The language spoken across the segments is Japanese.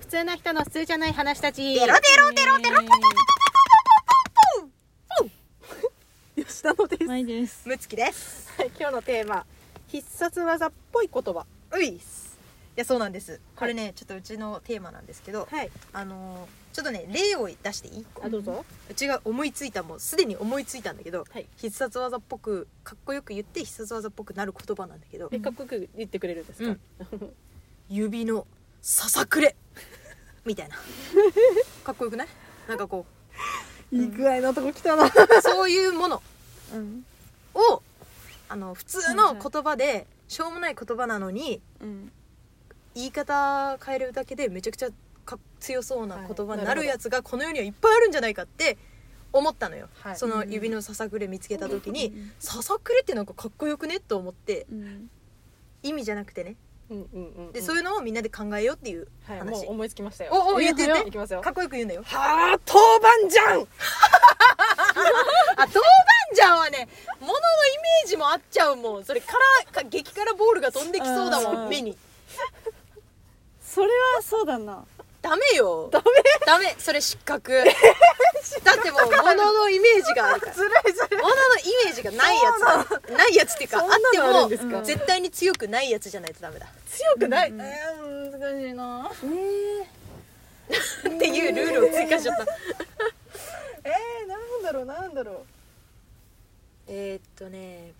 普通な人の普通じゃない話たち。デロデロデロデロポンポンポンポンポンポン吉田のです。ないです。ムツキですはい今日のテーマ、必殺技っぽい言葉。ういっすいやそうなんですこれね、ちょっとうちのテーマなんですけど、はい。あのーちょっとね例を出していいあ、どうぞ。うちが思いついたもうすでに思いついたんだけど、はい必殺技っぽくかっこよく言って必殺技っぽくなる言葉なんだけどえ、かっこよく言ってくれるんですか、うん指のささくれみたいなかっこよくないなんかこいい具合のとこ来たな。うそういうものうん。をあの普通の言葉でしょうもない言葉なのにうん。言い方変えるだけでめちゃくちゃか強そうな言葉になはいなるほるどやつがこの世にはいっぱいあるんじゃないかって思ったのよ、はいその指のささくれ見つけた時にうん「ささくれってなんかかっこよくね?」と思ってうん。意味じゃなくてねうんうんうん、うん。でそういうのをみんなで考えようっていうはい、話もう思いつきましたよ。おお言って言っていきますよ。かっこよく言うんだよはあ、当番じゃん あ豆板醤はねもののイメージもあっちゃうもんそれからか激辛ボールが飛んできそうだもうんん目にそれはそうだな。ダメよダメダメそれ失格 だってもうもののイメージがあるからずるいずるい。もののイメージがないやつないやつっていうかあそんっなのてあるんもですか絶対に強くないやつじゃないとダメだ強くない。うんええー、難しいな。っていうルールを追加しちゃったー、なんだろう、なんだろう。えーっとね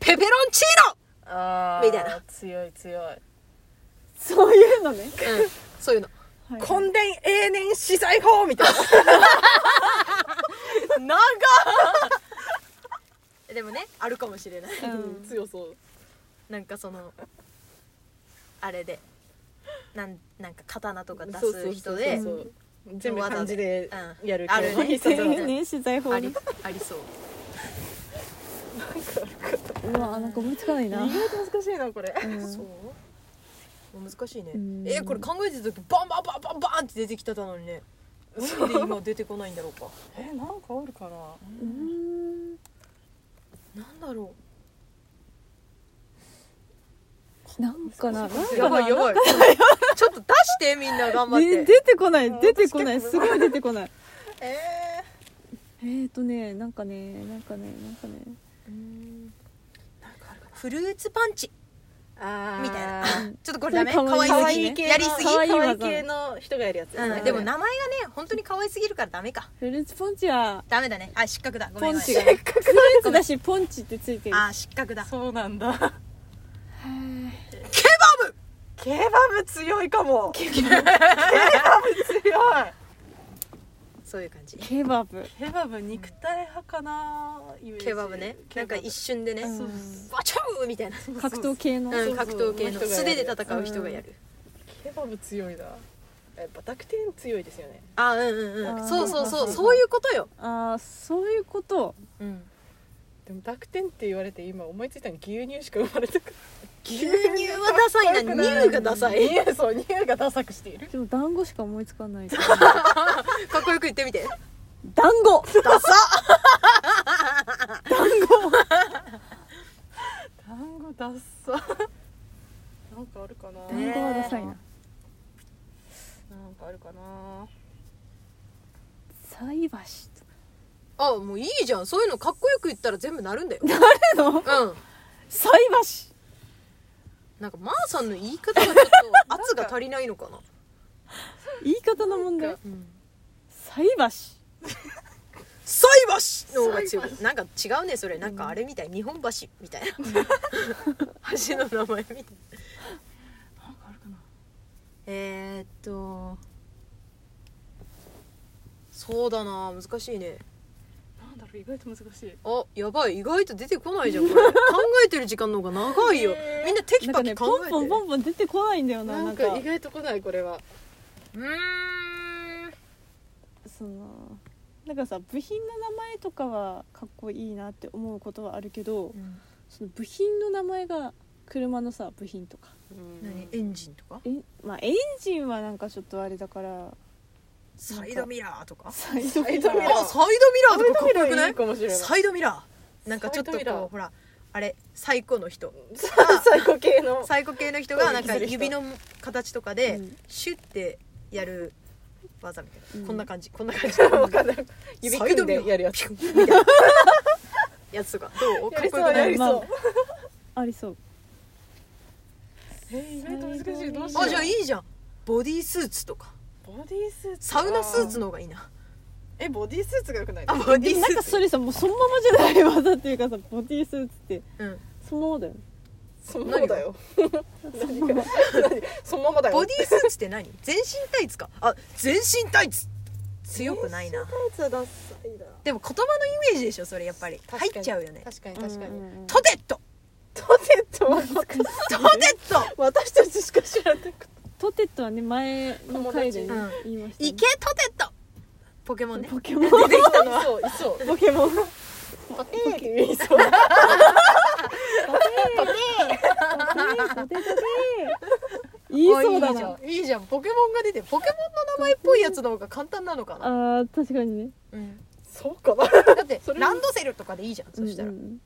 ペペロンチあーみたいな強い強いそういうのね。ーノ、うん、そういうのはい根伝永年資材法みたいな長っ でもねあるかもしれないうん強そうなんかそのあれでなんなんか刀とか出そうそうそすう人でそう全部漢字でうんやるある今日のね必殺技ねね、取材法あにり。ありそううわ、なんか思いつかないな。意外と難しいなこれうんそう難しいねうんえこれ考えてた時バンバンバンバンバンって出てきてたのにねなんで今出てこないんだろうかえなんかあるかなうん。なんだろなんかな。なんうかやばないやばい ちょっと出してみんな頑張ねって出てこなういん出てこない私す結構ごい出てこないええーとねなんかねなんかねなんかねーフルーツパンチあーみたいなうんちょっとこれダメそれか可わ愛いい可愛いすぎ系のやりすぎ可愛い技可愛い系の人がやるやつうん、でも名前がね本当に可愛すぎるからダメかフルーツポンチはダメだねあ失格だごポめんンごチめがんフルーツだしポンチってついてるあ失格だそうなんだはいケバブケバブ強いかもケバそういう感じケバブブ強いケバブ肉体派かなイメージケバブねなんか一瞬でねうんバチャーみたいな格闘系のうん格闘系のそうそう素手で戦う人がやるケバブ強いなやっぱ濁点強いですよねあうんうんうあんーそうそうそうそうそうそうそういうことよああそういうことうんでも濁点って言われて今思いついたの牛乳しか生まれてく牛乳はダサ いな乳がダサい乳そう乳がダサくしているでも団子しか思いつかないかっこよく言ってみて団子ダサ団子ダッサなんかあるかなね団子はダサいななんかあるかな菜箸 あもういいじゃんそういうのかっこよく言ったら全部なるんだよとのうん菜箸なんかまーさんの言い方がちょっと圧が足りないのかな言い方の問題うん菜箸菜箸の方が強いなんか違うねそれなんかあれみたい日本橋みたいな 橋のなん名前みたいなかあるかなえー、っとそうだな難しいねなんだろう意外と難しいあやばい意外と出てこないじゃんこれ考えてる時間の方が長いよねーみんなテキなパんキかね考ポえンてポンるポンポン出てこないんだよなななんんかか意外と来ないこれはうーんそのなんかさ部品の名前とかはかっこいいなって思うことはあるけどその部品の名前が車のさ部品とか何エンジンとかえまあエンジンはなんかちょっとあれだからサイドミラーとかあサイドサイドミラサイドミラーとかかっこよくないかもしれないサイドミラーなんかちょっとサイドミラこーうほらああれ最古の人最高系の最古系の人がなんか指の形とかでうんシュッてやる技みたいな、うんこんな感じこんな感じわかんない指組んでやるやつピュンみたいな やつとかどうかやりっこよくそうなやいりそうありそうえー意外と難しいどうしようあじゃあいいじゃんボディースーツとかボディースーツサウナスーツの方がいいなえボディースーツがよくないあボディーでもスなんーかツそれさもうそのままじゃない技っていうかさボディースーツってうん、そのままだよねそのままだよ何が何そのままだよボディースーツって何全身タイツかあ全身タイツ強くないな全身タイツはダサいだでも言葉のイメージでしょそれやっぱり入っちゃうよね確かに確かに、うんうんうんトテットトテットはトテット私たちしか知らなくてトテットはね前の回でね友達言いましたねいけトテットポケモンねポケモンできたのはそういそうポケモンパテーって言いそうだ 言いそうだあいいじゃなんいいじゃんポケモンが出てポケモンの名前っぽいやつの方が簡単なのかな、あー確かにねうん、そうかなだってそれランドセルとかでいいじゃんそしたら、ういんうん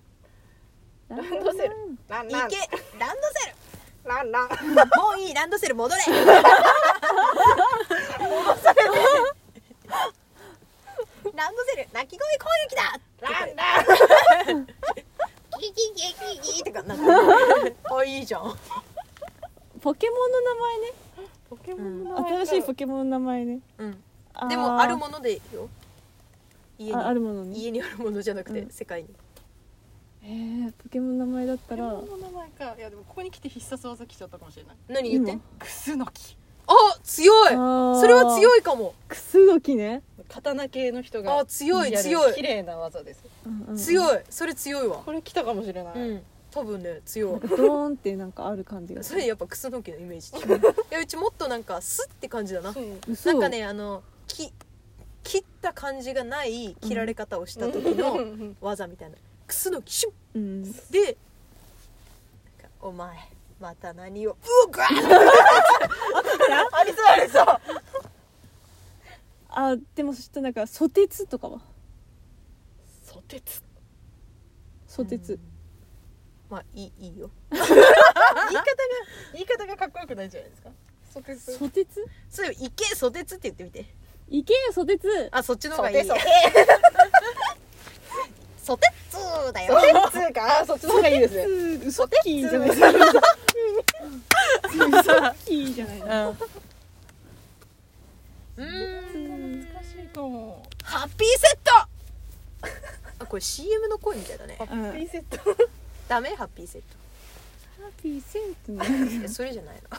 ランドセルランけランドセルランランもういいランドセル戻れランドセル鳴き声攻撃だとかでランギギギギギとかなんかあいいじゃんポケモンのポケモンの名名前前ね新しいポケモンの名前ねうんあーでもあるものでよ家ああにるものね家にあるものじゃなくて、うん世界にえーポケモンの名前だったポケらモンの名前かいやでもここに来て必殺技来ちゃったかもしれない何言って今クスノキあ強いそそれは強いいかもクスノキね刀系の人があ強いやる強綺い麗な技ですい強いそれ強いわこれ来たかもしれない、うん多分ね強いドーンってなんかある感じがすそるれやっぱクスノキのイメ ージ違ういやうちもっとなんかスって感じだなうん嘘なんかねあのき切った感じがない切られ方をした時うのん技みたいなクスノキシュッうんでなんか「お前また何をうおぐわありそうありそうあでもそしたらなんかソテツとかはソテツソテツまあいいいいよ言い方が言い方がかっこよくないじゃないですかソテツソテツそういえば「いけソテツ」って言ってみていけよソテツあそっちの方ソがいテいソテソテツーだよソテツかあそっちの方がいいですね嘘テキーじゃない嘘テキーじゃないなうーん難しいかもハッピーセットあこれ CM の声みたいだねハッピーセットダメハッピーセットハッピーセントねいやそれじゃないの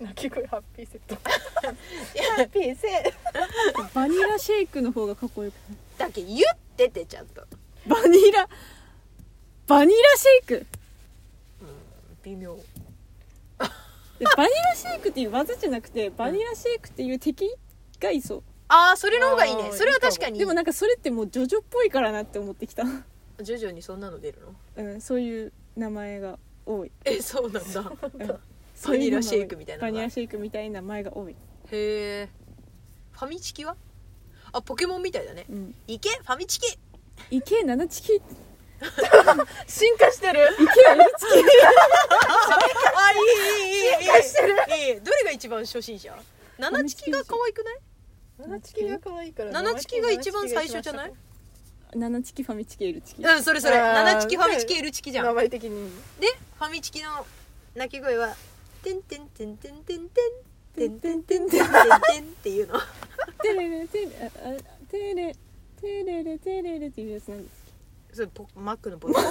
鳴き声ハッピーセットいやピーセッバニラシェイクの方がかっこよくないだけど言っててちゃんとバニラバニラシェイク微妙でバニラシェイクっていう技じゃなくてバニラシェイクっていう敵がいそうああそれの方がいいねあーそれは確かにでもなんかそれってもうジョジョっぽいからなって思ってきた、徐々にそんなの出るのうん、そういう名前が多いえそうなんだうんバニラシェイクみたいなバのニがラへシェイクみたいな名前が多い、えファミチキはあポケモンみたいだねうん、いけファミチキイケナナチキイケト進化してるナナチキあいいいいいいいい進化していいどれが一番初心者七チキが可愛くない七チキが可愛いから七チキが一番最初じゃないナナチキファミチキエルチキうんそれそれあー七チキファミチキエルチキじゃん名前的にでファミチキの鳴き声は「てんてんてんてんてんてん」てんてんてんてんてんてんっていうのテレレテレああテレテレレテレレっていうやつなんですそれポマックのボタン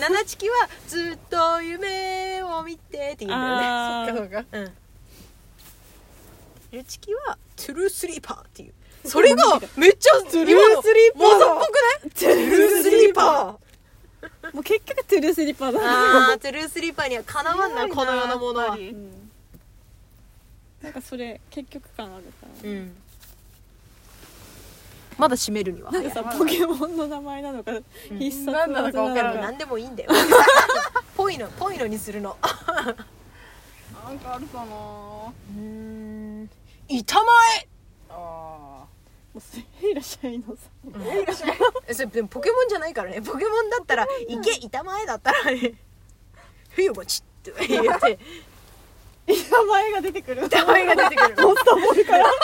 七チキはずっと夢を見てって言うんだよねあーがうんルチキはトゥルースリーパーっていうそれがめっちゃ今のトゥルースリーパーモザっぽくないトゥルースリーパーもう結局トゥルースリッパーだ、あートゥルースリーパーにはかなわんなこの世のものはやっぱりうん、なんかそれ結局感あるから、うんまだ閉めるにはなんかさポケモンの名前なのか必殺技何なのか分から何でもいいん だよぽいのぽいのにするのなんかあるかなうーん板前あうすヘイラシャイのさえそれでもポケモンじゃないからねポケモンだったら「行け板前」だったらね「冬もち」って言って名前が出てくる板前が出てくるモンスターボール から「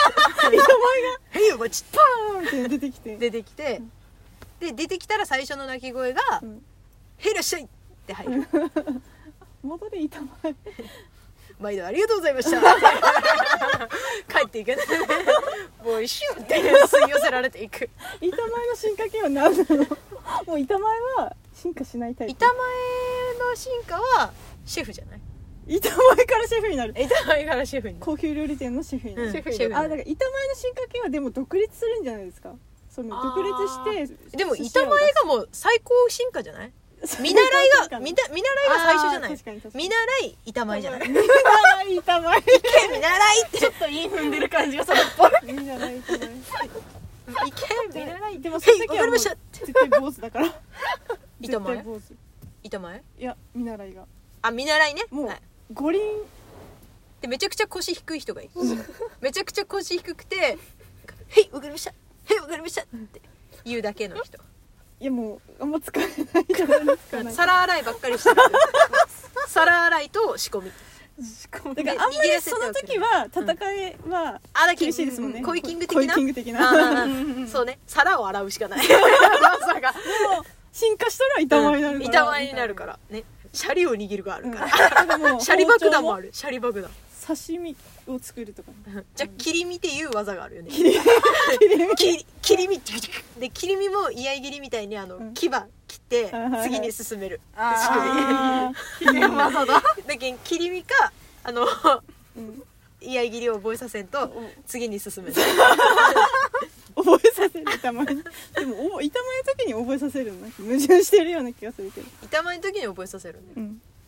冬もち」ってパーンって出てきて出てきてで出てきたら最初の鳴き声がうん「へいらっしゃい」って入る戻れ板前「毎度ありがとうございました」帰っていかないボイシューって吸い寄せられていく板前の進化系は何なのもう板前は進化しないタイプ板前の進化はシェフじゃない板前からシェフになる板前からシェフに高級料理店のシェフになる、うんシェフにシェフにあだから板前の進化系はでも独立するんじゃないですかそのあ独立ーしてでも寿司板屋前を出すがもう最高進化じゃない見習いが見 た見習いが最初じゃないあー確かに確かに見習い板前じゃない見見習い板前習いってちょっと言い踏んでる感じがそれっぽい見習い板前い け見習いでもそのはい時わかりはもうました絶対坊主だから板前絶対坊主板前いや見習いがあ見習いねもうはい五輪でめちゃくちゃ腰低い人がいいめちゃくちゃ腰低くて「はいわかりましたはいわかりました」って言うだけの人いやもうあんま使えないじゃないですかなんか皿洗いばっかりして る皿洗いと仕込みだからあんまりその時は戦いはあだけ厳しいですもんね、うコイキング的コなイキング的なあうんうんうーんそうね皿を洗うしかない まさか進化したら板前になるから、板前になるからねシャリを握るがあるから、ら、も うシャリ爆弾もあるるシャリ爆弾刺身を作るとかねじゃあ切り身っていう技があるよね切り切り身ってで切り身も居合切りみたいにあの、うん牙切ってはいはいはい次に進めるあ技だだけん切り身かあのーうん居合切りを覚えさせんと次に進め る覚えさせる板前にでもお板前の時に覚えさせるのなんか矛盾してるような気がするけど、板前の時に覚えさせるねうん